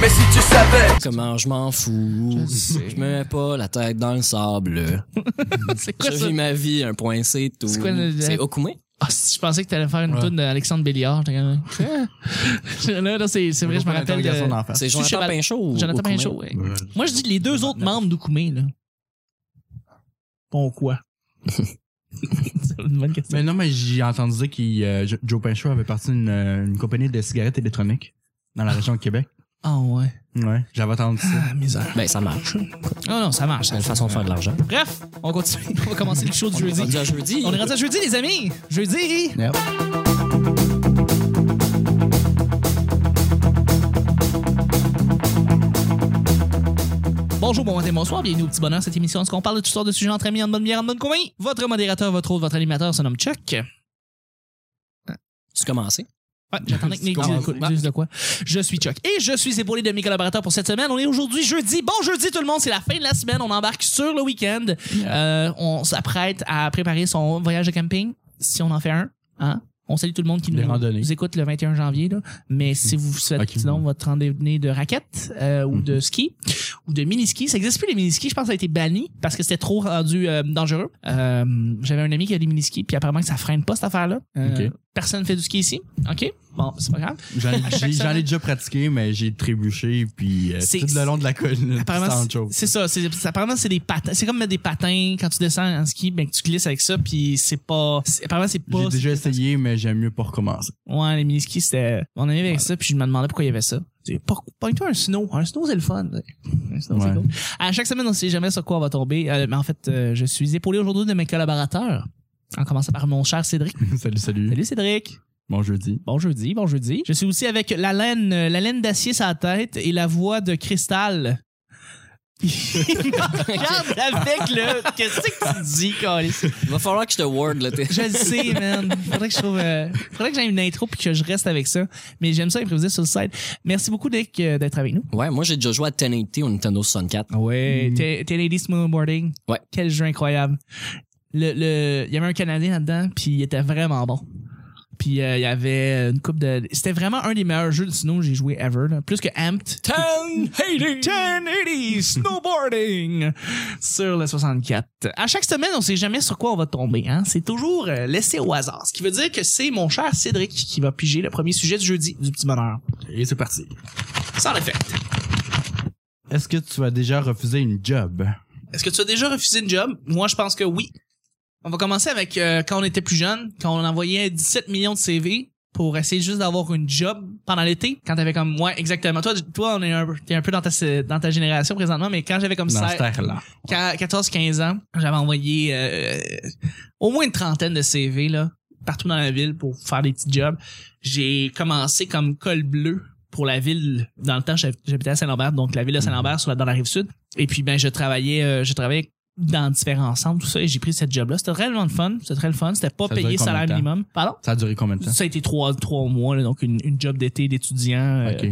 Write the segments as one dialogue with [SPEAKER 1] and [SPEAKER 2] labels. [SPEAKER 1] Mais si tu savais.
[SPEAKER 2] Comment je m'en fous. Je, me mets pas la tête dans le sable.
[SPEAKER 3] C'est quoi
[SPEAKER 2] Je
[SPEAKER 3] ça?
[SPEAKER 2] vis ma vie, un point, c'est tout.
[SPEAKER 3] C'est quoi le-
[SPEAKER 2] C'est Okume?
[SPEAKER 3] Ah, si, je pensais que t'allais faire une toune d'Alexandre Béliard. J'étais comme, Quoi? là, là, c'est c'est vrai, je me rappelle. de-
[SPEAKER 2] C'est Jonathan
[SPEAKER 3] Cheval-
[SPEAKER 2] Pinchot. ou
[SPEAKER 3] Jonathan
[SPEAKER 2] Okume?
[SPEAKER 3] Pinchot. ouais. Moi, je dis les deux autres membres d'Oukoumé, là. Bon, quoi? c'est une bonne question.
[SPEAKER 4] Mais non, mais j'ai entendu dire que Joe Pinchot avait parti d'une euh, une compagnie de cigarettes électroniques dans la région de Québec.
[SPEAKER 3] Ah, ouais.
[SPEAKER 4] Ouais, j'avais entendu ça.
[SPEAKER 3] Ah, misère. Oh,
[SPEAKER 2] Ben, ça marche.
[SPEAKER 3] Non, non, ça marche.
[SPEAKER 2] C'est une façon de faire de l'argent.
[SPEAKER 3] Bref, on continue. On va commencer le show du
[SPEAKER 2] On est rendu
[SPEAKER 3] jeudi.
[SPEAKER 2] à jeudi.
[SPEAKER 3] On est rendu à jeudi, les amis. Jeudi.
[SPEAKER 4] Yep.
[SPEAKER 3] Bonjour, bon matin, bonsoir. Bienvenue au petit bonheur. Cette émission, est-ce qu'on parle de toutes sortes de sujets entre amis, en bonne bière, en bonne compagnie? Votre modérateur, votre hôte, votre animateur se nomme Chuck.
[SPEAKER 2] Tu commences.
[SPEAKER 3] Ouais, j'attendais que Nick
[SPEAKER 4] Commence.
[SPEAKER 3] dise écoute, dise de quoi. Je suis Chuck et je suis épaulé de mes collaborateurs pour cette semaine. On est aujourd'hui jeudi. Bon jeudi tout le monde, c'est la fin de la semaine. On embarque sur le week-end. Euh, on s'apprête à préparer son voyage de camping, si on en fait un. Hein? On salue tout le monde qui
[SPEAKER 4] Des
[SPEAKER 3] nous,
[SPEAKER 4] randonnées.
[SPEAKER 3] nous écoute le 21 janvier. Là. Mais si vous faites
[SPEAKER 4] Ok. Mhm.
[SPEAKER 3] sinon votre randonnée de raquettes euh, ou de ski ou de mini-ski, ça existe plus les mini-skis. Je pense que ça a été banni parce que c'était trop rendu euh, dangereux. Euh, J'avais un ami qui a des mini-skis, puis apparemment que ça freine pas cette affaire-là. Euh,
[SPEAKER 4] Ok.
[SPEAKER 3] Personne fait du ski ici. OK? Bon, c'est pas grave.
[SPEAKER 4] J'en ai, j'ai- j'en ai déjà pratiqué, mais j'ai trébuché, puis euh,
[SPEAKER 3] C'est-
[SPEAKER 4] tout le long de la colline.
[SPEAKER 3] Apparemment,
[SPEAKER 4] sans
[SPEAKER 3] c'est-
[SPEAKER 4] chose.
[SPEAKER 3] c'est ça. C'est, c'est- apparemment, c'est des patins. C'est comme mettre des patins quand tu descends en ski, ben, que tu glisses avec ça, puis c'est pas. c'est- apparemment, c'est pas.
[SPEAKER 4] J'ai déjà essayé, mais j'aime mieux pas recommencer.
[SPEAKER 3] Ouais, les mini-skis, c'était. On avait avec ça, puis je me demandais pourquoi il y avait ça. C'est pas- Pogne-toi un snow. Un snow, c'est le fun. Un snow, c'est
[SPEAKER 4] Ouais.
[SPEAKER 3] cool. À chaque semaine, on sait jamais sur quoi on va tomber. Euh, mais en fait, euh, je suis épaulé aujourd'hui de mes collaborateurs. En commençant par mon cher Cédric.
[SPEAKER 4] salut, salut.
[SPEAKER 3] Salut Cédric.
[SPEAKER 4] Bon jeudi.
[SPEAKER 3] Bon jeudi, bon jeudi. Je suis aussi avec la laine, euh, la laine d'acier sur la tête et la voix de cristal. Il me regarde avec le. Qu'est-ce que tu dis, Calis?
[SPEAKER 2] Il va falloir que je te word, là. t'es-
[SPEAKER 3] Je le sais, man. Faudrait que je trouve. euh, faudrait que j'aie une intro puis que je reste avec ça. Mais j'aime ça improviser sur le site. Merci beaucoup, Nick, euh, d'être avec nous.
[SPEAKER 2] Ouais, moi, j'ai déjà joué à 1080 au Nintendo 64.
[SPEAKER 3] Ouais. T'es Lady Snowboarding.
[SPEAKER 2] Ouais.
[SPEAKER 3] Quel jeu incroyable. Le, le, il y avait un Canadien là-dedans, puis il était vraiment bon. Puis euh, il y avait une coupe de. C'était vraiment un des meilleurs jeux de snow que j'ai joué ever. là. Plus que Amped.
[SPEAKER 2] 1080!
[SPEAKER 3] 1080 snowboarding sur le 64. À chaque semaine, on sait jamais sur quoi on va tomber. Hein? C'est toujours euh, laissé au hasard. Ce qui veut dire que c'est mon cher Cédric qui va piger le premier sujet du jeudi du petit bonheur.
[SPEAKER 4] Et c'est parti.
[SPEAKER 3] Sans effet.
[SPEAKER 4] Est-ce que tu as déjà refusé une job?
[SPEAKER 3] Est-ce que tu as déjà refusé une job? Moi, je pense que oui. On va commencer avec euh, quand on était plus jeune, quand on envoyait 17 millions de CV pour essayer juste d'avoir une job pendant l'été. Quand t'avais comme, ouais, exactement. Toi, toi on est un, t'es un peu dans ta, dans ta génération présentement, mais quand j'avais comme
[SPEAKER 4] Dans
[SPEAKER 3] 16
[SPEAKER 4] cette terre-là.
[SPEAKER 3] 14-15 ans, j'avais envoyé euh, au moins une trentaine de CV là, partout dans la ville pour faire des petits jobs. J'ai commencé comme col bleu pour la ville. Dans le temps, j'hab- j'habitais à Saint-Lambert, donc la ville de
[SPEAKER 4] Mm-hmm.
[SPEAKER 3] Saint-Lambert sur la, dans la rive sud. Et puis ben je travaillais, euh, je travaillais dans différents centres, tout ça, et j'ai pris cette job-là. C'était vraiment le fun. C'était très le fun. C'était pas
[SPEAKER 4] Ça
[SPEAKER 3] payé
[SPEAKER 4] durait combien de
[SPEAKER 3] salaire
[SPEAKER 4] temps?
[SPEAKER 3] minimum. Pardon?
[SPEAKER 4] Ça a duré combien de temps?
[SPEAKER 3] Ça a été trois, trois mois, là, donc une, une job d'été d'étudiant. euh,
[SPEAKER 4] Ok.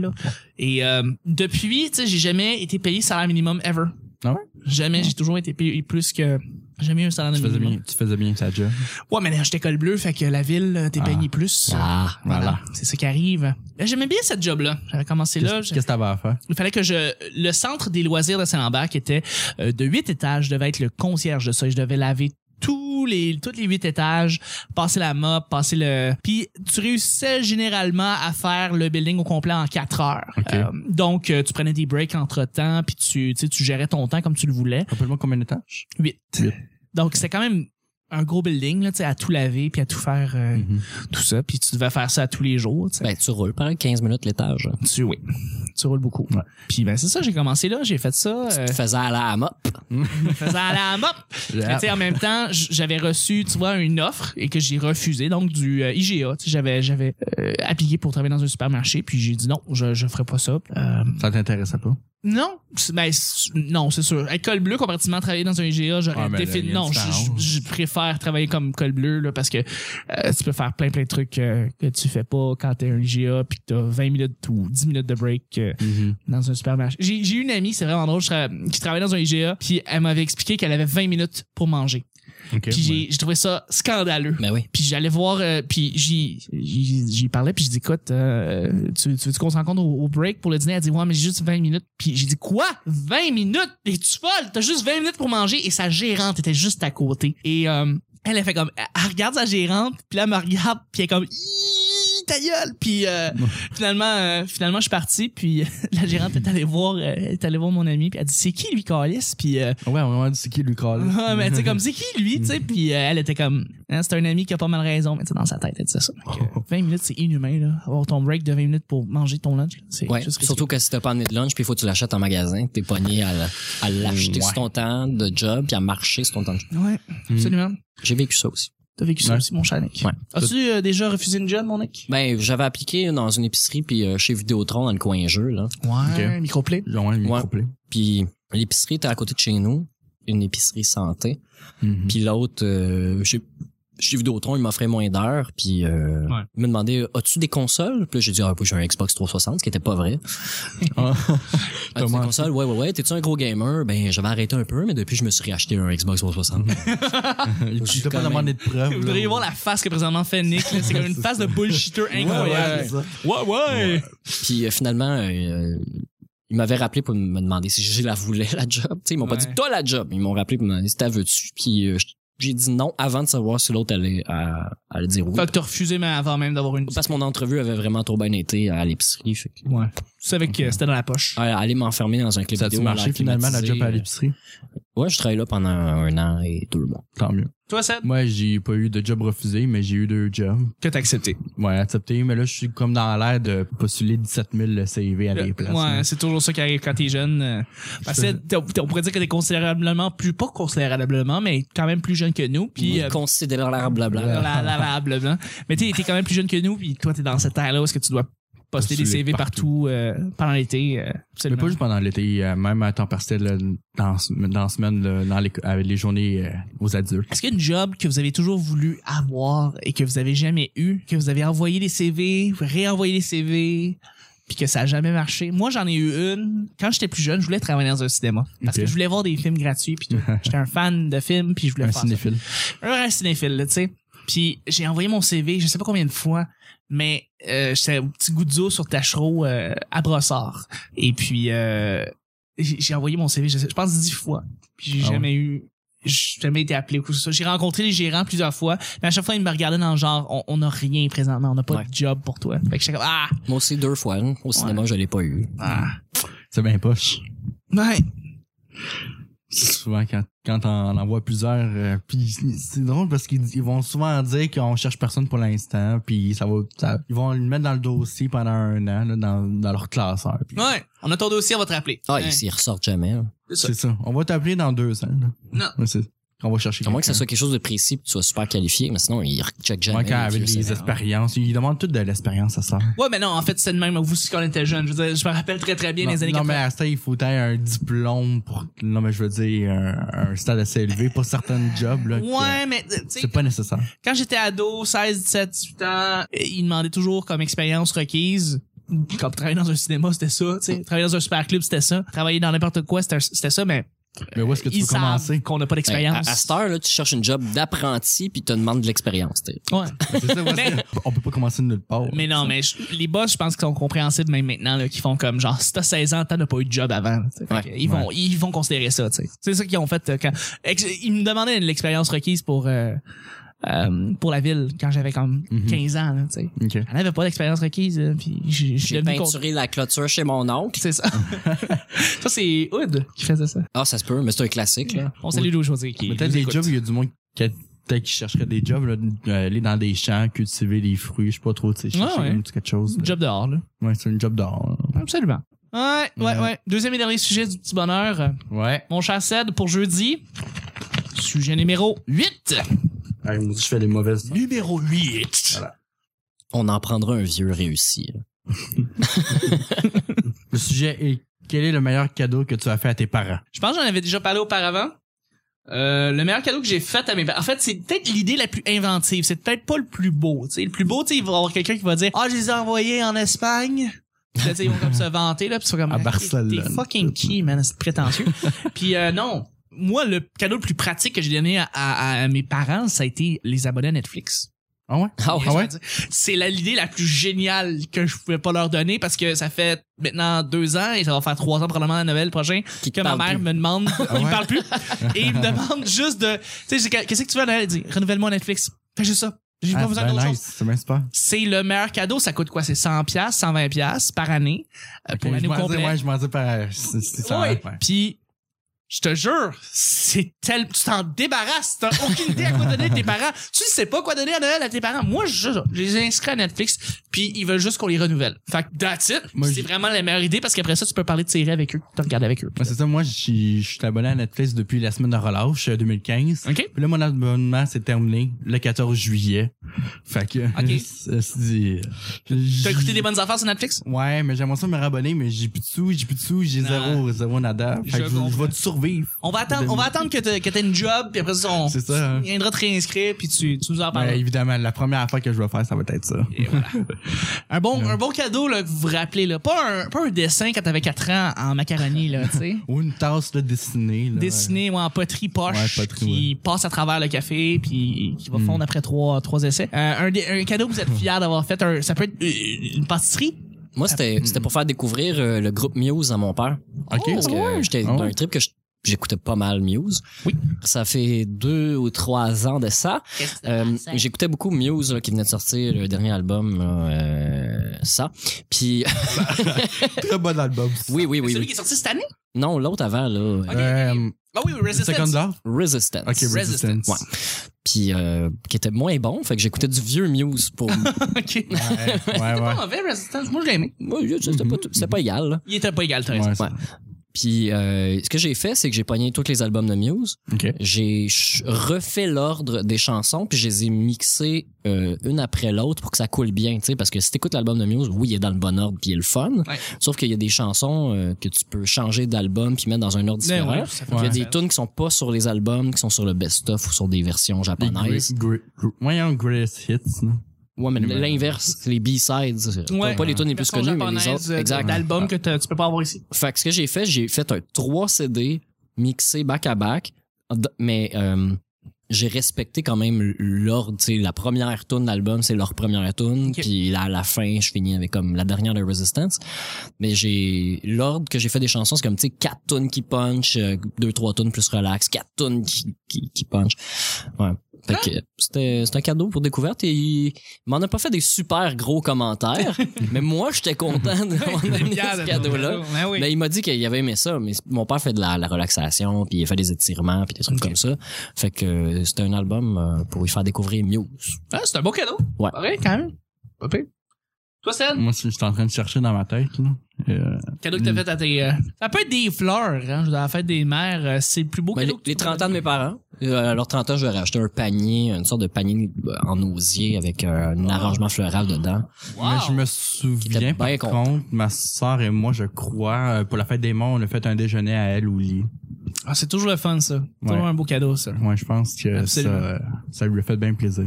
[SPEAKER 3] là. Et euh, depuis, tu sais, j'ai jamais été payé salaire minimum ever.
[SPEAKER 4] Ah ouais?
[SPEAKER 3] Jamais, j'ai toujours été payé plus que jamais eu un salaire
[SPEAKER 4] Tu faisais
[SPEAKER 3] minimum.
[SPEAKER 4] bien, tu faisais bien ta job.
[SPEAKER 3] Ouais, mais là, j'étais col bleu, fait que la ville euh, t'es
[SPEAKER 4] Ah.
[SPEAKER 3] payé plus.
[SPEAKER 2] Ah,
[SPEAKER 4] Voilà.
[SPEAKER 3] C'est ça qui arrive. Là, J'aimais bien cette job là. J'avais commencé là.
[SPEAKER 4] Qu'est-ce
[SPEAKER 3] j'ai-
[SPEAKER 4] qu'est-ce que t'avais à faire?
[SPEAKER 3] Il fallait que je le centre des loisirs de Saint-Lambert qui était euh, de huit étages devait être le concierge de ça. Je devais laver tous les tous les huit étages, passer la mop, passer le puis tu réussissais généralement à faire le building au complet en quatre heures.
[SPEAKER 4] Ok.
[SPEAKER 3] Euh, donc euh, tu prenais des breaks entre-temps puis tu tu sais, tu gérais ton temps comme tu le voulais.
[SPEAKER 4] Rappelle-moi combien d'étages?
[SPEAKER 3] 8.
[SPEAKER 4] Huit.
[SPEAKER 3] Donc c'était quand même un gros building là, tu sais, à tout laver puis à tout faire euh,
[SPEAKER 4] Mhm.
[SPEAKER 3] tout ça puis tu devais faire ça tous les jours, tu sais.
[SPEAKER 2] Ben, tu roules pendant 15 minutes l'étage.
[SPEAKER 3] tu oui. Tu roules beaucoup.
[SPEAKER 4] Ben, Ouais.
[SPEAKER 3] Puis ben c'est ça, j'ai commencé là, j'ai fait ça euh,
[SPEAKER 2] Tu te faisais à la mop.
[SPEAKER 3] faisant aller à la mop. Mais
[SPEAKER 4] Ah,
[SPEAKER 3] tu sais, en même temps, j- j'avais reçu, tu vois, une offre et que j'ai refusé, donc du euh, IGA. Tu sais, J'avais, j'avais euh, appliqué pour travailler dans un supermarché, puis j'ai dit non, je, je ferai pas ça. Euh,
[SPEAKER 4] Ça t'intéressait pas?
[SPEAKER 3] non, c'est- ben, c'est- non, c'est sûr. Être col bleu, comparativement à travailler dans un IGA, j'aurais
[SPEAKER 4] Ah, mais là, il y
[SPEAKER 3] défini.
[SPEAKER 4] a une
[SPEAKER 3] Non, je-
[SPEAKER 4] différence.
[SPEAKER 3] je je préfère travailler comme col bleu là, parce que euh, tu peux faire plein, plein de trucs euh, que tu fais pas quand t'es un IGA, puis que t'as 20 minutes ou 10 minutes de break. euh, dans un supermarché. J'ai j'ai une amie, c'est vraiment drôle, je tra- qui travaillait dans un IGA, puis elle m'avait expliqué qu'elle avait 20 minutes pour manger. Puis j'ai- j'ai trouvé ça scandaleux.
[SPEAKER 2] Ben oui.
[SPEAKER 3] Puis j'allais voir, euh, puis j'y- j'y j'y parlais, puis je dis écoute, euh, tu, tu veux qu'on se rencontre au, au break pour le dîner? Elle dit ouais, mais j'ai juste 20 minutes. Puis j'ai dit quoi? 20 minutes? Es-tu folle? T'as juste 20 minutes pour manger et sa gérante était juste à côté. Et euh, elle, elle fait comme, elle regarde sa gérante, puis là, elle me regarde, puis elle est comme, Ih, ta gueule! Puis euh, finalement, euh, finalement, je suis parti, puis la gérante est allée voir, euh, est allée voir mon ami, puis elle dit c'est qui lui, Calis? Puis euh,
[SPEAKER 4] Ouais, on va dit c'est qui lui call.
[SPEAKER 3] ah, mais tu sais, comme c'est qui lui, tu sais? Puis euh, elle était comme, Hein, c'est un ami qui a pas mal raison, mais tu sais, dans sa tête, elle disait ça. Fait que, 20 minutes, c'est inhumain, là. Avoir ton break de 20 minutes pour manger ton lunch, c'est
[SPEAKER 2] Ouais,
[SPEAKER 3] juste
[SPEAKER 2] surtout que si t'as pas amené de lunch, puis il faut que tu l'achètes en magasin, t'es pogné à, la- à
[SPEAKER 4] Ouais.
[SPEAKER 2] l'acheter sur ton temps de job, puis à marcher sur ton temps de job.
[SPEAKER 3] Ouais, absolument.
[SPEAKER 2] J'ai vécu ça aussi.
[SPEAKER 3] T'as vécu ça
[SPEAKER 4] Ouais.
[SPEAKER 3] aussi, mon chat, Nick.
[SPEAKER 2] Ouais.
[SPEAKER 3] As-tu euh, déjà refusé une job, mon Nick?
[SPEAKER 2] Ben, j'avais appliqué dans une épicerie, puis euh, chez Vidéotron, dans le coin jeu, là.
[SPEAKER 3] Ouais,
[SPEAKER 4] Ok.
[SPEAKER 3] microplay.
[SPEAKER 4] Loin, lui,
[SPEAKER 2] Ouais.
[SPEAKER 4] couplé.
[SPEAKER 2] Puis l'épicerie était à côté de chez nous, une épicerie santé.
[SPEAKER 4] Mhm.
[SPEAKER 2] Puis l'autre, euh, chez, chez Vidéotron, il m'offrait moins d'heures. Puis euh,
[SPEAKER 3] Ouais.
[SPEAKER 2] il me demandait, as-tu des consoles? Puis là, j'ai dit, ah, oui, j'ai un Xbox 360, ce qui était pas vrai.
[SPEAKER 4] Ah.
[SPEAKER 2] As-tu des
[SPEAKER 4] Thomas.
[SPEAKER 2] consoles? Ouais, ouais, ouais. T'es-tu un gros gamer? Ben, j'avais arrêté un peu, mais depuis, je me suis racheté un Xbox 360.
[SPEAKER 4] Il
[SPEAKER 2] Je suis
[SPEAKER 4] t'a pas
[SPEAKER 2] quand
[SPEAKER 4] demandé de preuves.
[SPEAKER 3] Vous voudriez
[SPEAKER 4] là.
[SPEAKER 3] voir la face que présentement fait Nick, là. C'est comme une face de bullshitter incroyable.
[SPEAKER 4] Ouais, ouais,
[SPEAKER 3] Ouais, ouais.
[SPEAKER 2] puis euh, finalement, euh, il m'avait rappelé pour me demander si je la voulais, la job. Tu sais, ils m'ont pas
[SPEAKER 3] Ouais.
[SPEAKER 2] dit, toi, la job. Ils m'ont rappelé pour me demander si t'as veux-tu. Puis euh, j'ai dit non avant de savoir si l'autre allait, à- allait dire oui.
[SPEAKER 3] Fait que t'as refusé, mais avant même d'avoir une.
[SPEAKER 2] Parce que mon entrevue avait vraiment trop bien été à l'épicerie. fait que-
[SPEAKER 3] Ouais. Tu savais que c'était dans la poche.
[SPEAKER 2] Ah, Aller m'enfermer dans un clip
[SPEAKER 4] ça a-tu
[SPEAKER 2] vidéo.
[SPEAKER 4] marché
[SPEAKER 2] l'air
[SPEAKER 4] finalement la
[SPEAKER 2] climatisé,
[SPEAKER 4] job à
[SPEAKER 2] euh,
[SPEAKER 4] l'épicerie?
[SPEAKER 2] Ouais, je travaille là pendant un an et deux mois.
[SPEAKER 4] Tant mieux.
[SPEAKER 3] Toi, Seth,
[SPEAKER 4] Moi, j'ai pas eu de job refusé, mais j'ai eu deux jobs.
[SPEAKER 3] que t'as accepté.
[SPEAKER 4] Ouais, accepté, mais là, je suis comme dans l'air de postuler 17 000 CV à des places.
[SPEAKER 3] Euh, Ouais, c'est toujours ça qui arrive quand t'es jeune. euh, Parce que t'es- t'es- on pourrait dire que t'es considérablement plus, pas considérablement, mais quand même plus jeune que nous. Puis, euh, la,
[SPEAKER 2] Considérablement.
[SPEAKER 3] la, la, la, blablabla. Mais t'es t'es quand même plus jeune que nous, puis toi, t'es dans cette ère-là où est-ce que tu dois poster des
[SPEAKER 4] Postuler
[SPEAKER 3] CV partout, euh, pendant l'été. euh,
[SPEAKER 4] Mais
[SPEAKER 3] absolument.
[SPEAKER 4] pas juste pendant l'été, euh, même à temps partiel, là, dans, dans la semaine, là, dans les, avec les journées euh, aux adultes.
[SPEAKER 3] Est-ce qu'il y a une job que vous avez toujours voulu avoir et que vous avez jamais eu, que vous avez envoyé des CV, réenvoyé des CV, puis que ça a jamais marché? Moi, j'en ai eu une. Quand j'étais plus jeune, je voulais travailler dans un cinéma parce
[SPEAKER 4] Ok.
[SPEAKER 3] que je voulais voir des films gratuits. Puis tout. j'étais un fan de films, puis je voulais
[SPEAKER 4] Un
[SPEAKER 3] faire ça.
[SPEAKER 4] cinéphile.
[SPEAKER 3] un vrai cinéphile, là, tu sais. Puis j'ai envoyé mon CV, je sais pas combien de fois, mais euh, j'étais au petit goût d'eau sur Tachereau euh, à Brossard. Et puis euh, j'ai j'ai envoyé mon CV, je, sais- je pense dix fois. Puis j'ai
[SPEAKER 4] Ah ouais?
[SPEAKER 3] jamais eu j'ai jamais été appelé ou quoi que ce soit. J'ai rencontré les gérants plusieurs fois, mais à chaque fois ils me regardaient dans le genre on on n'a rien présentement, on n'a pas
[SPEAKER 2] Ouais.
[SPEAKER 3] de job pour toi. Fait que j'étais comme ah
[SPEAKER 2] Moi aussi, deux fois. hein. Au cinéma, je l'ai pas eu.
[SPEAKER 3] ah
[SPEAKER 4] C'est bien poche.
[SPEAKER 3] ouais.
[SPEAKER 4] C'est souvent quand, quand on envoie plusieurs. euh, puis c'est- c'est drôle parce qu'ils ils vont souvent dire qu'on cherche personne pour l'instant. Puis ça va, ça- ils vont le mettre dans le dossier pendant un an, là, dans, dans leur classeur. puis
[SPEAKER 3] ouais. On a ton dossier, on va te rappeler.
[SPEAKER 2] Ah,
[SPEAKER 3] Ouais.
[SPEAKER 2] ils ils ressortent jamais. hein.
[SPEAKER 3] ça.
[SPEAKER 4] C'est ça. On va t'appeler dans deux ans. là.
[SPEAKER 3] Non.
[SPEAKER 4] Ouais, c'est- On va chercher
[SPEAKER 2] À moins que
[SPEAKER 4] quelqu'un.
[SPEAKER 2] ça soit quelque chose de précis, puis tu sois super qualifié, mais sinon, ils recheckent jamais.
[SPEAKER 4] Ouais, quand
[SPEAKER 2] les
[SPEAKER 4] avec
[SPEAKER 2] vieux
[SPEAKER 4] des
[SPEAKER 2] CV.
[SPEAKER 4] expériences. Ils demandent toutes de l'expérience à ça.
[SPEAKER 3] Ouais, mais non, en fait, c'est le même vous aussi quand on était jeune. Je veux dire, je me rappelle très très bien
[SPEAKER 4] non,
[SPEAKER 3] les années
[SPEAKER 4] non,
[SPEAKER 3] 80.
[SPEAKER 4] mais à ça, il faut t'avoir un diplôme pour. Non, mais je veux dire, un, un stade assez élevé pour certains jobs. Là, que
[SPEAKER 3] Ouais, mais euh, tu sais,
[SPEAKER 4] C'est pas nécessaire.
[SPEAKER 3] quand j'étais ado, 16, 17, 18 ans, euh, ils demandaient toujours comme expérience requise. Quand travailler dans un cinéma, c'était ça, tu sais. Travailler dans un super club, c'était ça. Travailler dans n'importe quoi, c'était un- c'était ça, mais
[SPEAKER 4] Mais où est-ce que tu
[SPEAKER 3] ils
[SPEAKER 4] veux
[SPEAKER 3] savent
[SPEAKER 4] commencer? Ben,
[SPEAKER 3] qu'on n'a pas
[SPEAKER 2] Ouais, à,
[SPEAKER 3] d'expérience.
[SPEAKER 2] à cette heure, là, tu cherches une job d'apprenti, puis tu te demandes de l'expérience. t'sais.
[SPEAKER 3] Ouais.
[SPEAKER 4] C'est ça, ouais,
[SPEAKER 3] Mais-
[SPEAKER 4] c'est- on peut pas commencer de nulle part.
[SPEAKER 3] Mais non, mais je- les boss, je pense qu'ils sont compréhensibles même maintenant, là, qui font comme genre, si t'as 16 ans, t'en as pas eu de job avant. là, tu sais. Fait
[SPEAKER 2] Ouais,
[SPEAKER 3] que ils, vont, ils vont considérer ça, tu sais. C'est ça qu'ils ont fait euh, quand. ex- Ils me demandaient l'expérience requise pour, euh, euh, pour la ville quand j'avais comme
[SPEAKER 4] Mhm.
[SPEAKER 3] 15 ans, là, tu sais.
[SPEAKER 4] Ok.
[SPEAKER 3] Elle n'avait pas d'expérience requise, là, puis je je suis
[SPEAKER 2] J'ai
[SPEAKER 3] devenu con-
[SPEAKER 2] peinturé la clôture chez mon oncle.
[SPEAKER 3] C'est ça. ça, c'est Hood qui faisait ça.
[SPEAKER 2] Ah, ça se peut, mais c'est un classique. Là.
[SPEAKER 3] On salue Lou José qui.
[SPEAKER 4] Mais peut-être
[SPEAKER 3] nous
[SPEAKER 4] des
[SPEAKER 3] écoute.
[SPEAKER 4] jobs, il y a du monde qui a- peut-être qui chercherait des jobs, là, d- euh, aller dans des champs, cultiver des fruits, je sais pas trop, tu sais, chercher
[SPEAKER 3] ouais.
[SPEAKER 4] comme petit quelque chose.
[SPEAKER 3] Job dehors, là.
[SPEAKER 4] Ouais, c'est une job d'or.
[SPEAKER 3] Absolument. Ouais, ouais, ouais,
[SPEAKER 4] Ouais.
[SPEAKER 3] Deuxième et dernier sujet du petit bonheur. Euh,
[SPEAKER 4] Ouais.
[SPEAKER 3] Mon cher Ced pour jeudi. Sujet numéro 8.
[SPEAKER 4] je fais des mauvaises.
[SPEAKER 3] Numéro 8.
[SPEAKER 2] On en prendra un vieux réussi. là.
[SPEAKER 4] Le sujet est quel est le meilleur cadeau que tu as fait à tes parents?
[SPEAKER 3] Je pense que j'en avais déjà parlé auparavant. Euh, le meilleur cadeau que j'ai fait à mes parents. En fait, c'est peut-être l'idée la plus inventive. C'est peut-être pas le plus beau. tu sais. Le plus beau, tu sais, il va y avoir quelqu'un qui va dire Ah, je les ai envoyés en Espagne. Puis là, tu sais, ils vont comme se vanter. Là, puis ils sont comme,
[SPEAKER 4] À
[SPEAKER 3] Ah, t'es-
[SPEAKER 4] Barcelone.
[SPEAKER 3] T'es fucking qui, man, c'est prétentieux. puis euh, non. moi, le cadeau le plus pratique que j'ai donné à, à- à mes parents, ça a été les abonnés à Netflix.
[SPEAKER 4] Ah ouais?
[SPEAKER 2] Ah ouais?
[SPEAKER 4] Ah ouais?
[SPEAKER 3] C'est la- l'idée la plus géniale que je pouvais pas leur donner parce que ça fait maintenant deux ans et ça va faire trois ans probablement à Noël prochain
[SPEAKER 2] Qui te
[SPEAKER 3] que ma
[SPEAKER 2] parle
[SPEAKER 3] mère
[SPEAKER 2] plus.
[SPEAKER 3] me demande.
[SPEAKER 4] Ah
[SPEAKER 3] Il me
[SPEAKER 4] ouais?
[SPEAKER 3] parle plus. Et il me demande juste de. Tu sais, j'ai- qu'est-ce que tu veux à Noël? Il dit renouvelle-moi Netflix. Fais juste ça. J'ai
[SPEAKER 4] Ah,
[SPEAKER 3] pas besoin
[SPEAKER 4] c'est
[SPEAKER 3] d'autre
[SPEAKER 4] bien
[SPEAKER 3] chose.
[SPEAKER 4] nice. C'est bien super.
[SPEAKER 3] C'est le meilleur cadeau. Ça coûte quoi? C'est 100$, 120$ par année euh,
[SPEAKER 4] Ok,
[SPEAKER 3] pour
[SPEAKER 4] je
[SPEAKER 3] l'année au
[SPEAKER 4] m'en dis,
[SPEAKER 3] complet.
[SPEAKER 4] ouais, je m'en dis par. C'est c'est ça.
[SPEAKER 3] Ouais.
[SPEAKER 4] ouais.
[SPEAKER 3] Puis, je te jure, c'est tel. Tu t'en débarrasses. T'as aucune idée à quoi donner à tes parents. Tu sais pas quoi donner à Noël à tes parents. Moi, je, je les ai inscrits à Netflix, puis ils veulent juste qu'on les renouvelle. Fait que, that's it.
[SPEAKER 4] Moi,
[SPEAKER 3] c'est
[SPEAKER 4] j'ai-
[SPEAKER 3] vraiment la meilleure idée parce qu'après ça, tu peux parler de tirer avec eux. Tu regardes avec eux.
[SPEAKER 4] Ouais, c'est ça, moi, je suis je suis abonné à Netflix depuis la semaine de relâche euh, 2015.
[SPEAKER 3] OK?
[SPEAKER 4] Puis là, mon abonnement s'est terminé le 14 juillet. Fait que.
[SPEAKER 3] Ok.
[SPEAKER 4] c'est- c'est- j'ai-
[SPEAKER 3] T'as écouté des bonnes affaires sur Netflix?
[SPEAKER 4] Ouais, mais j'aimerais ça me rabonner, mais j'ai plus de sous, j'ai plus de sous, j'ai
[SPEAKER 3] Non.
[SPEAKER 4] zéro, zéro nada.
[SPEAKER 3] Je
[SPEAKER 4] Fait que je,
[SPEAKER 3] comprends.
[SPEAKER 4] je vais te survivre.
[SPEAKER 3] On va attendre, on va attendre que t'aies que t'aies une job, puis après ça, on
[SPEAKER 4] C'est ça, hein.
[SPEAKER 3] tu viendras te réinscrire, puis tu, tu nous en parles.
[SPEAKER 4] Ouais, Ben, évidemment, la première affaire que je vais faire, ça va être ça.
[SPEAKER 3] un, bon, un bon cadeau là, que vous vous rappelez. Là. Pas, un, pas un dessin quand t'avais 4 ans en macaroni, là, tu sais.
[SPEAKER 4] Ou une tasse là, dessinée. Là,
[SPEAKER 3] dessiné ouais, en poterie poche
[SPEAKER 4] Ouais, Mm. poterie,
[SPEAKER 3] qui passe à travers le café puis qui va fondre après trois, trois essais. Euh, un, dé- un cadeau que vous êtes fier d'avoir fait, un- ça peut être euh, une pâtisserie.
[SPEAKER 2] Moi, c'était c'était pour faire découvrir euh, le groupe Muse à mon père.
[SPEAKER 4] Ok.
[SPEAKER 2] Parce que
[SPEAKER 4] Ouais.
[SPEAKER 2] j'étais
[SPEAKER 4] Ah ouais.
[SPEAKER 2] dans un trip que je- j'écoutais pas mal Muse.
[SPEAKER 3] Oui.
[SPEAKER 2] Ça fait deux ou trois ans de ça.
[SPEAKER 3] Ah,
[SPEAKER 2] Euh, J'écoutais beaucoup Muse là, qui venait de sortir le dernier album, là, euh, ça. Puis
[SPEAKER 4] Très bon album. ça.
[SPEAKER 2] oui, oui, oui,
[SPEAKER 3] Celui
[SPEAKER 2] oui.
[SPEAKER 3] qui est sorti cette année?
[SPEAKER 2] Non, l'autre avant là, euh,
[SPEAKER 3] Ok.
[SPEAKER 4] Euh,
[SPEAKER 3] Ah oui, Resistance.
[SPEAKER 4] Second Love?
[SPEAKER 2] Resistance.
[SPEAKER 4] Ok, Resistance.
[SPEAKER 3] Resistance.
[SPEAKER 2] Ouais. Puis euh, qui était moins bon, fait que j'écoutais du vieux Muse pour.
[SPEAKER 3] Ok.
[SPEAKER 4] Ouais, ouais, ouais.
[SPEAKER 3] Pas mauvais Resistance, moi je l'ai aimé.
[SPEAKER 2] Moi, je- c'était
[SPEAKER 3] Mhm.
[SPEAKER 2] pas, tout- c'était pas égal. là.
[SPEAKER 3] Il était pas égal, t'as raison.
[SPEAKER 4] Ouais, ça.
[SPEAKER 2] Puis euh, ce que j'ai fait, c'est que j'ai pogné tous les albums de Muse.
[SPEAKER 4] Ok.
[SPEAKER 2] j'ai ch- refait l'ordre des chansons puis je les ai mixées euh, une après l'autre pour que ça coule bien, tu sais, parce que si t'écoutes l'album de Muse, oui, il est dans le bon ordre puis il est le fun,
[SPEAKER 3] Ouais.
[SPEAKER 2] sauf qu'il y a des chansons euh, que tu peux changer d'album puis mettre dans un ordre
[SPEAKER 3] Mais
[SPEAKER 2] différent.
[SPEAKER 3] Ben ouais, ça fait
[SPEAKER 2] Il y a
[SPEAKER 3] mal.
[SPEAKER 2] des tunes qui sont pas sur les albums, qui sont sur le best-of ou sur des versions
[SPEAKER 4] Des
[SPEAKER 2] japonaises.
[SPEAKER 4] great- great- voyons, greatest hits. là.
[SPEAKER 2] Ouais, mais
[SPEAKER 4] Ouais.
[SPEAKER 2] l'inverse, les B-sides,
[SPEAKER 3] Ouais.
[SPEAKER 2] pas les tunes les plus
[SPEAKER 3] Version
[SPEAKER 2] connues, mais les
[SPEAKER 3] japonaise,
[SPEAKER 2] autres.
[SPEAKER 3] euh,
[SPEAKER 2] Exact.
[SPEAKER 3] D'albums que t'as- tu peux pas avoir ici.
[SPEAKER 2] Fait que ce que j'ai fait, j'ai fait un 3 CD mixé back à back, d- mais euh, j'ai respecté quand même l'ordre. tu sais, La première tune de l'album, c'est leur première tune,
[SPEAKER 3] Ok.
[SPEAKER 2] puis là, à la fin, je finis avec comme la dernière de Resistance. Mais j'ai l'ordre que j'ai fait des chansons, c'est comme tu sais quatre tunes qui punch, euh, deux trois tunes plus relax, quatre tunes qui qui, qui punch. Ouais. Fait que c'était c'était un cadeau pour découverte et il m'en a pas fait des super gros commentaires, mais moi j'étais content de m'en amener ce cadeau-là.
[SPEAKER 3] Ben oui.
[SPEAKER 2] Ben, il m'a dit qu'il avait aimé ça, mais mon père fait de la, la relaxation, puis il fait des étirements, puis des trucs
[SPEAKER 3] Ok.
[SPEAKER 2] comme ça. Fait que euh, c'était un album euh, pour lui faire découvrir Muse.
[SPEAKER 3] Ah, c'est un beau cadeau.
[SPEAKER 2] Ouais. Mm.
[SPEAKER 3] Pareil, quand même. Pas pire. Toi, Stan,
[SPEAKER 4] Moi, je suis en train de chercher dans ma tête. Là. Euh,
[SPEAKER 3] cadeau que t'as fait à tes. euh, Ça peut être des fleurs, hein. Je veux dire, la fête des mères, euh, c'est le plus beau
[SPEAKER 2] Ben, les,
[SPEAKER 3] cadeau. que tu
[SPEAKER 2] les
[SPEAKER 3] peux
[SPEAKER 2] 30 ans de
[SPEAKER 3] donner.
[SPEAKER 2] mes parents, euh, à leurs 30 ans, j'aurais acheté un panier, une sorte de panier euh, en osier avec euh,
[SPEAKER 3] Ah.
[SPEAKER 2] un arrangement floral dedans.
[SPEAKER 3] Wow.
[SPEAKER 4] Mais je me
[SPEAKER 2] était
[SPEAKER 4] souviens, par
[SPEAKER 2] bien content.
[SPEAKER 4] contre, ma soeur et moi, je crois, euh, pour la fête des morts, on a fait un déjeuner à elle au lit.
[SPEAKER 3] Ah, c'est toujours le fun, ça.
[SPEAKER 4] Ouais.
[SPEAKER 3] Toujours un beau cadeau, ça.
[SPEAKER 4] Moi, je pense que ça,
[SPEAKER 3] Absolument.
[SPEAKER 4] euh, ça lui a fait bien plaisir.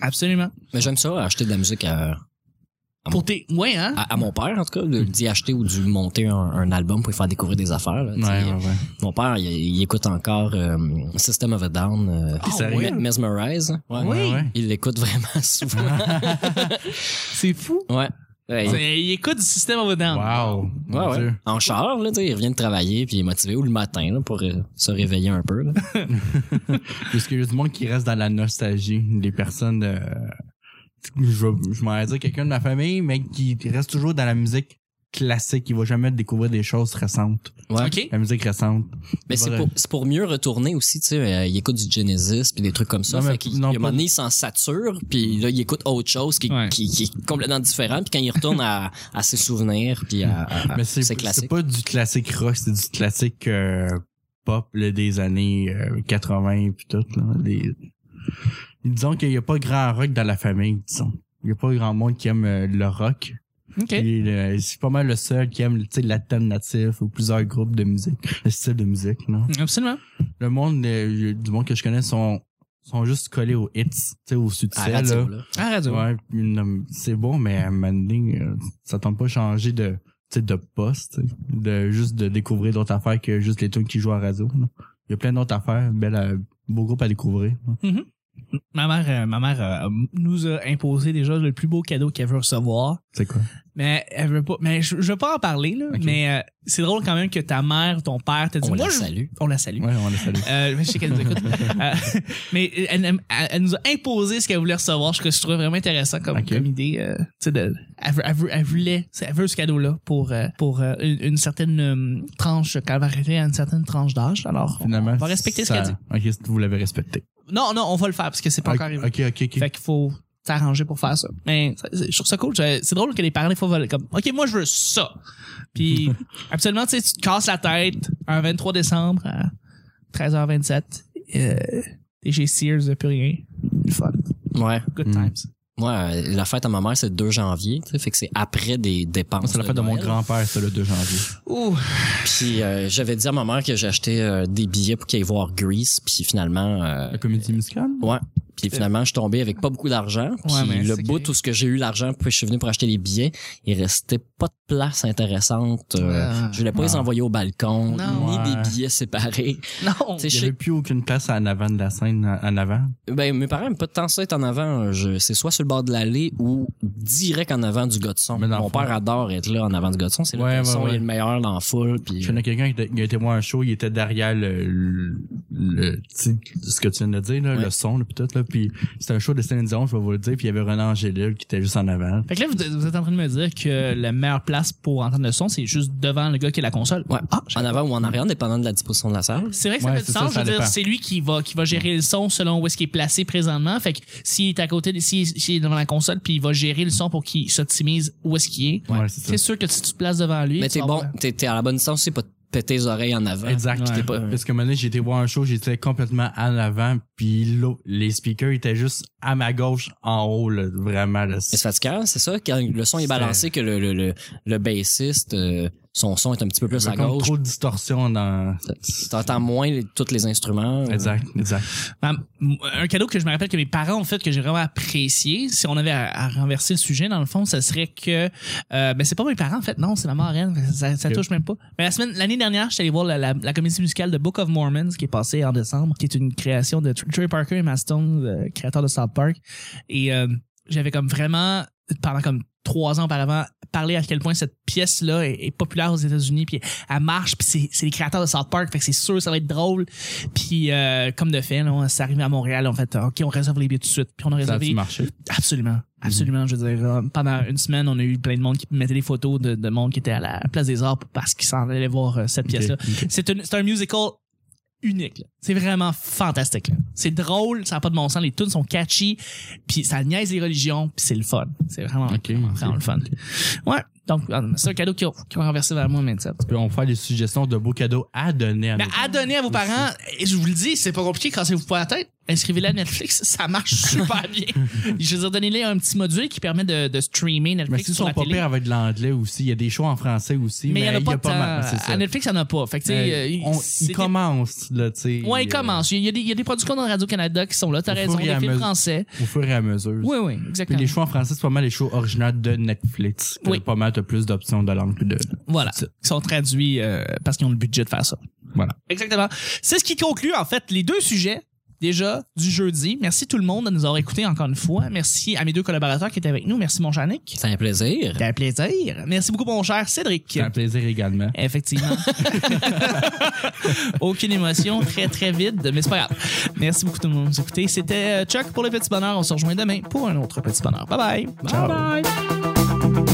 [SPEAKER 3] Absolument.
[SPEAKER 2] Mais j'aime ça, acheter de la musique à, Ah bon?
[SPEAKER 3] Pour tes. Ouais, hein?
[SPEAKER 2] à, à mon père, en tout cas, de-
[SPEAKER 3] Hmm.
[SPEAKER 2] d'y acheter ou de lui monter un, un album pour lui faire découvrir des affaires. là, tu
[SPEAKER 4] Ouais,
[SPEAKER 2] sais.
[SPEAKER 4] ouais, ouais.
[SPEAKER 2] Mon père, il, il écoute encore euh, System of a Down, euh,
[SPEAKER 3] Ah,
[SPEAKER 4] sérieux?
[SPEAKER 2] Me- Mesmerize. Ouais.
[SPEAKER 3] Oui.
[SPEAKER 4] Ouais, ouais.
[SPEAKER 2] Il l'écoute vraiment souvent.
[SPEAKER 3] C'est fou.
[SPEAKER 2] Ouais. Ouais, il-
[SPEAKER 3] C'est- Il écoute du système of a Down.
[SPEAKER 4] Wow. Ah. mon
[SPEAKER 2] ouais, ouais.
[SPEAKER 4] Dieu.
[SPEAKER 2] En char, là, tu sais, il revient de travailler puis il est motivé ou le matin là, pour euh, se réveiller un peu. là.
[SPEAKER 4] Parce qu'il y a du monde qui reste dans la nostalgie. Des personnes, euh, je, je m'en vais dire quelqu'un de ma famille, mais qui reste toujours dans la musique classique. Il va jamais découvrir des choses récentes.
[SPEAKER 2] Ouais.
[SPEAKER 3] OK.
[SPEAKER 4] La musique récente.
[SPEAKER 2] Mais c'est
[SPEAKER 4] Voilà.
[SPEAKER 2] pour, c'est pour mieux retourner aussi, tu sais, euh, il écoute du Genesis puis des trucs comme ça.
[SPEAKER 4] Non, mais-
[SPEAKER 2] fait qu'il,
[SPEAKER 4] non,
[SPEAKER 2] à un
[SPEAKER 4] pas-
[SPEAKER 2] moment donné, il s'en sature puis là, il écoute autre chose qui,
[SPEAKER 3] Ouais.
[SPEAKER 2] qui, qui est complètement différent puis quand il retourne à, à ses souvenirs puis à, à- à
[SPEAKER 4] Mais Ah, c'est,
[SPEAKER 2] ses
[SPEAKER 4] c'est
[SPEAKER 2] classiques.
[SPEAKER 4] pas du classique rock, c'est du classique euh, pop là, des années euh, 80 et puis tout. Là, des- Disons qu'il n'y a pas grand rock dans la famille, disons. Il n'y a pas grand monde qui aime euh, le rock.
[SPEAKER 3] OK.
[SPEAKER 4] Puis, euh, c'est pas mal le seul qui aime tu sais, l'alternatif ou plusieurs groupes de musique, le style de musique.
[SPEAKER 3] Hmm.
[SPEAKER 4] Non?
[SPEAKER 3] Absolument.
[SPEAKER 4] Le monde euh, du monde que je connais sont, sont juste collés aux hits, tu sais, au
[SPEAKER 2] À
[SPEAKER 4] succès.
[SPEAKER 2] la radio,
[SPEAKER 4] là.
[SPEAKER 2] là.
[SPEAKER 3] À la Ah, radio.
[SPEAKER 4] Ouais, puis non, c'est bon, mais à un moment donné, euh, ça tente pas changer de tu sais, de poste, de juste de découvrir d'autres affaires que juste les tunes qui jouent à la radio. là. Il y a plein d'autres affaires. Bel, euh, beau groupe à découvrir.
[SPEAKER 3] Ma mère, euh, ma mère euh, nous a imposé déjà le plus beau cadeau qu'elle veut recevoir.
[SPEAKER 4] C'est quoi?
[SPEAKER 3] Mais elle veut pas. Mais je, je veux pas en parler, là.
[SPEAKER 4] Ok.
[SPEAKER 3] Mais euh, c'est drôle quand même que ta mère, ton père, t'a dit
[SPEAKER 2] On
[SPEAKER 3] Moi,
[SPEAKER 2] la
[SPEAKER 3] je-
[SPEAKER 2] salue.
[SPEAKER 3] On la salue.
[SPEAKER 4] Ouais, on le salue.
[SPEAKER 3] Euh, je sais qu'elle nous écoute. Euh, mais elle, elle- elle nous a imposé ce qu'elle voulait recevoir. Je, je trouvais vraiment intéressant comme,
[SPEAKER 4] Ok.
[SPEAKER 3] comme idée. euh, tu sais, de- elle, veut- elle veut- elle voulait, elle veut ce cadeau-là pour, euh, pour euh, une, une certaine euh, tranche, qu'elle va arriver à une certaine tranche d'âge. Alors, on-
[SPEAKER 4] Finalement,
[SPEAKER 3] on va respecter ce
[SPEAKER 4] ça-
[SPEAKER 3] qu'elle dit.
[SPEAKER 4] Ok, vous l'avez respecté.
[SPEAKER 3] Non, non, on va le faire parce que c'est pas encore arrivé.
[SPEAKER 4] Ok, ok, ok.
[SPEAKER 3] Fait qu'il faut s'arranger pour faire ça. Mais ça- c'est- je trouve ça cool. Je- C'est drôle que les parents, des fois, veulent comme, OK, moi, je veux ça. Puis, absolument, tu sais, tu te casses la tête un 23 décembre à 13h27. Euh, et j'ai Sears de plus rien. Le Fun.
[SPEAKER 2] Ouais.
[SPEAKER 3] Good
[SPEAKER 4] Mm.
[SPEAKER 3] times.
[SPEAKER 2] Moi, euh, la fête à ma mère, c'est le 2 janvier. tu sais, Fait que c'est après des dépenses.
[SPEAKER 4] Moi, c'est la fête de mon
[SPEAKER 2] Noël.
[SPEAKER 4] grand-père, ça, le 2 janvier.
[SPEAKER 3] Ouh.
[SPEAKER 2] Puis euh, j'avais dit à ma mère que j'achetais euh, des billets pour qu'elle aille voir Grease. Puis finalement, euh,
[SPEAKER 4] La comédie musicale?
[SPEAKER 2] ouais. Puis finalement, je suis tombé avec pas beaucoup d'argent. Puis
[SPEAKER 3] Ouais, mais
[SPEAKER 2] le
[SPEAKER 3] c'est
[SPEAKER 2] bout
[SPEAKER 3] correct.
[SPEAKER 2] où ce que j'ai eu l'argent, puis je suis venu pour acheter les billets, il restait pas de place intéressante. euh,
[SPEAKER 3] Ah.
[SPEAKER 2] Je voulais pas les
[SPEAKER 4] Ah.
[SPEAKER 2] envoyer au balcon,
[SPEAKER 3] Non.
[SPEAKER 2] ni
[SPEAKER 4] Ouais.
[SPEAKER 2] des billets séparés.
[SPEAKER 3] Non.
[SPEAKER 2] Tu sais,
[SPEAKER 4] Il
[SPEAKER 2] je
[SPEAKER 4] n'y
[SPEAKER 2] sais
[SPEAKER 4] avait plus aucune place en avant de la scène, en- en avant.
[SPEAKER 2] Ben, mes parents aiment pas tant ça être en avant. hein. Je- C'est soit sur le bord de l'allée ou direct en avant du gars de son.
[SPEAKER 4] Mais dans le
[SPEAKER 2] Mon
[SPEAKER 4] fond-
[SPEAKER 2] père adore être là en avant du gars de son. C'est là
[SPEAKER 4] Ouais,
[SPEAKER 2] que le
[SPEAKER 4] ouais,
[SPEAKER 2] son
[SPEAKER 4] ouais.
[SPEAKER 2] est le meilleur dans la foule. Puis,
[SPEAKER 4] Je connais quelqu'un qui était- qui a été voir un show, il était derrière le, le, le- tu sais, ce que tu viens de dire, là,
[SPEAKER 2] Ouais.
[SPEAKER 4] le son, là, puis tout, là, puis c'était un show de Céline Dion, je vais vous le dire, puis il y avait Renan Angélil qui était juste en avant.
[SPEAKER 3] Fait que là, vous, vous êtes en train de me dire que la meilleure place pour entendre le son, c'est juste devant le gars qui a la console.
[SPEAKER 2] Ouais.
[SPEAKER 3] Ah, je-
[SPEAKER 2] en avant ou en arrière, dépendant de la disposition de la salle.
[SPEAKER 3] C'est vrai que ça
[SPEAKER 4] Ouais,
[SPEAKER 3] fait du
[SPEAKER 4] c'est ça,
[SPEAKER 3] sens.
[SPEAKER 4] ça
[SPEAKER 3] je veux dire,
[SPEAKER 4] dépend.
[SPEAKER 3] c'est lui qui va, qui va gérer le son selon où est-ce qu'il est placé présentement. Fait que s'il est à côté, de- s'il s'il est devant la console, puis il va gérer le son pour qu'il s'optimise où est-ce qu'il est.
[SPEAKER 4] Ouais, c'est ça.
[SPEAKER 3] C'est sûr que si tu te places devant lui.
[SPEAKER 2] Mais
[SPEAKER 3] tu
[SPEAKER 2] t'es
[SPEAKER 3] vas
[SPEAKER 2] bon,
[SPEAKER 3] avoir-
[SPEAKER 2] t'es t'es à la bonne distance, c'est pas de péter les oreilles en avant.
[SPEAKER 4] Exact.
[SPEAKER 2] Puis t'es pas-
[SPEAKER 4] Parce que un moment donné, j'ai été voir un show, j'étais complètement en avant, puis l'autre- les speakers étaient juste à ma gauche, en haut, là, vraiment. Là.
[SPEAKER 2] Mais c'est fatigant, c'est ça? Quand le son est balancé, que le, le, le, le bassiste, euh, son son est un petit peu
[SPEAKER 4] Il
[SPEAKER 2] plus
[SPEAKER 4] y
[SPEAKER 2] à
[SPEAKER 4] avait comme
[SPEAKER 2] gauche.
[SPEAKER 4] trop de distorsion dans...
[SPEAKER 2] T'entends moins les- tous les instruments. euh,
[SPEAKER 4] Exact, exact.
[SPEAKER 3] Ma- m- Un cadeau que je me rappelle que mes parents ont fait que j'ai vraiment apprécié. Si on avait à, à renverser le sujet, dans le fond, ça serait que euh, ben c'est pas mes parents en fait, non, c'est ma marraine. Ça, ça
[SPEAKER 4] Ok.
[SPEAKER 3] touche même pas. Mais la semaine, l'année dernière, j'étais allé voir la, la, la comédie musicale de Book of Mormons qui est passée en décembre, qui est une création de Tr- Trey Parker et Matt Stone, le créateur de South Park. Et euh, j'avais comme vraiment pendant comme trois ans auparavant parlé à quel point cette pièce là est, est populaire aux États-Unis puis elle marche puis c'est- c'est les créateurs de South Park fait que c'est sûr ça va être drôle puis euh, comme de fait là, ça arrive à Montréal en fait ok on réserve les billets tout de suite puis on
[SPEAKER 4] Ça
[SPEAKER 3] a
[SPEAKER 4] a-tu
[SPEAKER 3] réservé
[SPEAKER 4] marché? Mhm.
[SPEAKER 3] absolument absolument je veux dire euh, pendant une semaine on a eu plein de monde qui mettait des photos de, de monde qui était à la place des arts parce qu'ils s'en allaient voir euh, cette pièce là
[SPEAKER 4] Ok, ok.
[SPEAKER 3] c'est une- c'est un musical unique. là. C'est vraiment fantastique. là. C'est drôle, ça n'a pas de bon sens. Les tunes sont catchy, puis ça niaise les religions, puis c'est le fun. C'est vraiment,
[SPEAKER 4] Ok,
[SPEAKER 3] vraiment le fun. Ouais, donc ah, c'est un cadeau qui ont qui ont renversé vers moi, mais ça.
[SPEAKER 4] Puis on va faire des suggestions de beaux cadeaux à donner à
[SPEAKER 3] Mais
[SPEAKER 4] nos-
[SPEAKER 3] à donner à vos parents, et je vous le dis, c'est pas compliqué, cassez-vous pas la tête, inscrivez-la à Netflix, ça marche super bien. Je veux dire, donnez-les un petit module qui permet de, de streamer
[SPEAKER 4] Mais
[SPEAKER 3] Netflix
[SPEAKER 4] s'ils
[SPEAKER 3] sur
[SPEAKER 4] sont
[SPEAKER 3] la
[SPEAKER 4] pas
[SPEAKER 3] télé.
[SPEAKER 4] pires avec de l'anglais aussi, il y a des shows en français aussi,
[SPEAKER 3] mais
[SPEAKER 4] mais
[SPEAKER 3] il y en a pas, tant.
[SPEAKER 4] mal, c'est ça.
[SPEAKER 3] à Netflix, il y en a pas. Fait que, tu sais, euh,
[SPEAKER 4] Mais on-
[SPEAKER 3] c'est
[SPEAKER 4] Ils
[SPEAKER 3] des-
[SPEAKER 4] commencent, là, tu sais.
[SPEAKER 3] Ouais, il
[SPEAKER 4] euh,
[SPEAKER 3] commence. Il y, a des, il y a des productions dans Radio-Canada qui sont là. T'as
[SPEAKER 4] Au fur
[SPEAKER 3] raison,
[SPEAKER 4] et
[SPEAKER 3] des
[SPEAKER 4] à
[SPEAKER 3] films
[SPEAKER 4] mesure.
[SPEAKER 3] français.
[SPEAKER 4] Au fur et à mesure.
[SPEAKER 3] Oui, oui,
[SPEAKER 4] Puis
[SPEAKER 3] exactement.
[SPEAKER 4] les shows en français, c'est pas mal les shows originaux de Netflix. que
[SPEAKER 3] Oui.
[SPEAKER 4] Pas mal, t'as plus d'options de langue que de.
[SPEAKER 3] Voilà.
[SPEAKER 4] C'est-
[SPEAKER 3] Qui sont traduits euh, parce qu'ils ont le budget de faire ça.
[SPEAKER 4] Voilà.
[SPEAKER 3] Exactement. C'est ce qui conclut, en fait, les deux sujets. Déjà du jeudi. Merci tout le monde de nous avoir écoutés encore une fois. Merci à mes deux collaborateurs qui étaient avec nous. Merci mon Yannick.
[SPEAKER 2] C'est un plaisir.
[SPEAKER 3] C'était un plaisir. Merci beaucoup mon cher Cédric.
[SPEAKER 4] C'est un plaisir également.
[SPEAKER 3] Effectivement. Aucune émotion, très très vide, mais c'est pas grave. Merci beaucoup tout le monde de nous écouter. C'était euh, Chuck pour le Petit Bonheur. On se rejoint demain pour un autre Petit Bonheur. Bye bye.
[SPEAKER 4] Ciao.
[SPEAKER 3] bye.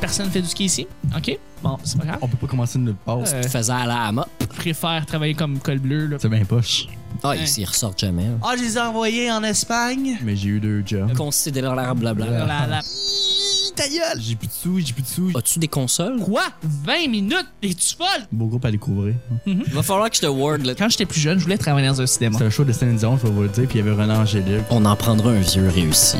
[SPEAKER 3] Personne fait du ski ici? OK? Bon, c'est pas grave.
[SPEAKER 4] On peut pas commencer une pause.
[SPEAKER 3] Euh,
[SPEAKER 2] Tu faisais à la hama.
[SPEAKER 3] préfère travailler comme col bleu. Là.
[SPEAKER 4] C'est bien poche.
[SPEAKER 2] Ah,
[SPEAKER 3] Ouais.
[SPEAKER 2] ils s'y ressortent jamais. hein.
[SPEAKER 3] Ah, je les ai envoyés en Espagne.
[SPEAKER 4] Mais j'ai eu deux jobs.
[SPEAKER 2] Considérablement.
[SPEAKER 3] La, la... Ih, Ta gueule!
[SPEAKER 4] J'ai plus de sous, j'ai plus de sous.
[SPEAKER 2] As-tu des consoles?
[SPEAKER 3] Quoi? 20 minutes? Es-tu folle?
[SPEAKER 4] Beau groupe à découvrir.
[SPEAKER 2] Il va falloir que je te word, là.
[SPEAKER 3] Quand j'étais plus jeune, je voulais travailler dans un cinéma.
[SPEAKER 4] C'est un show de Céline Dion, je vais vous le dire, puis il y avait Renan Angélil.
[SPEAKER 2] On en prendra un vieux réussi.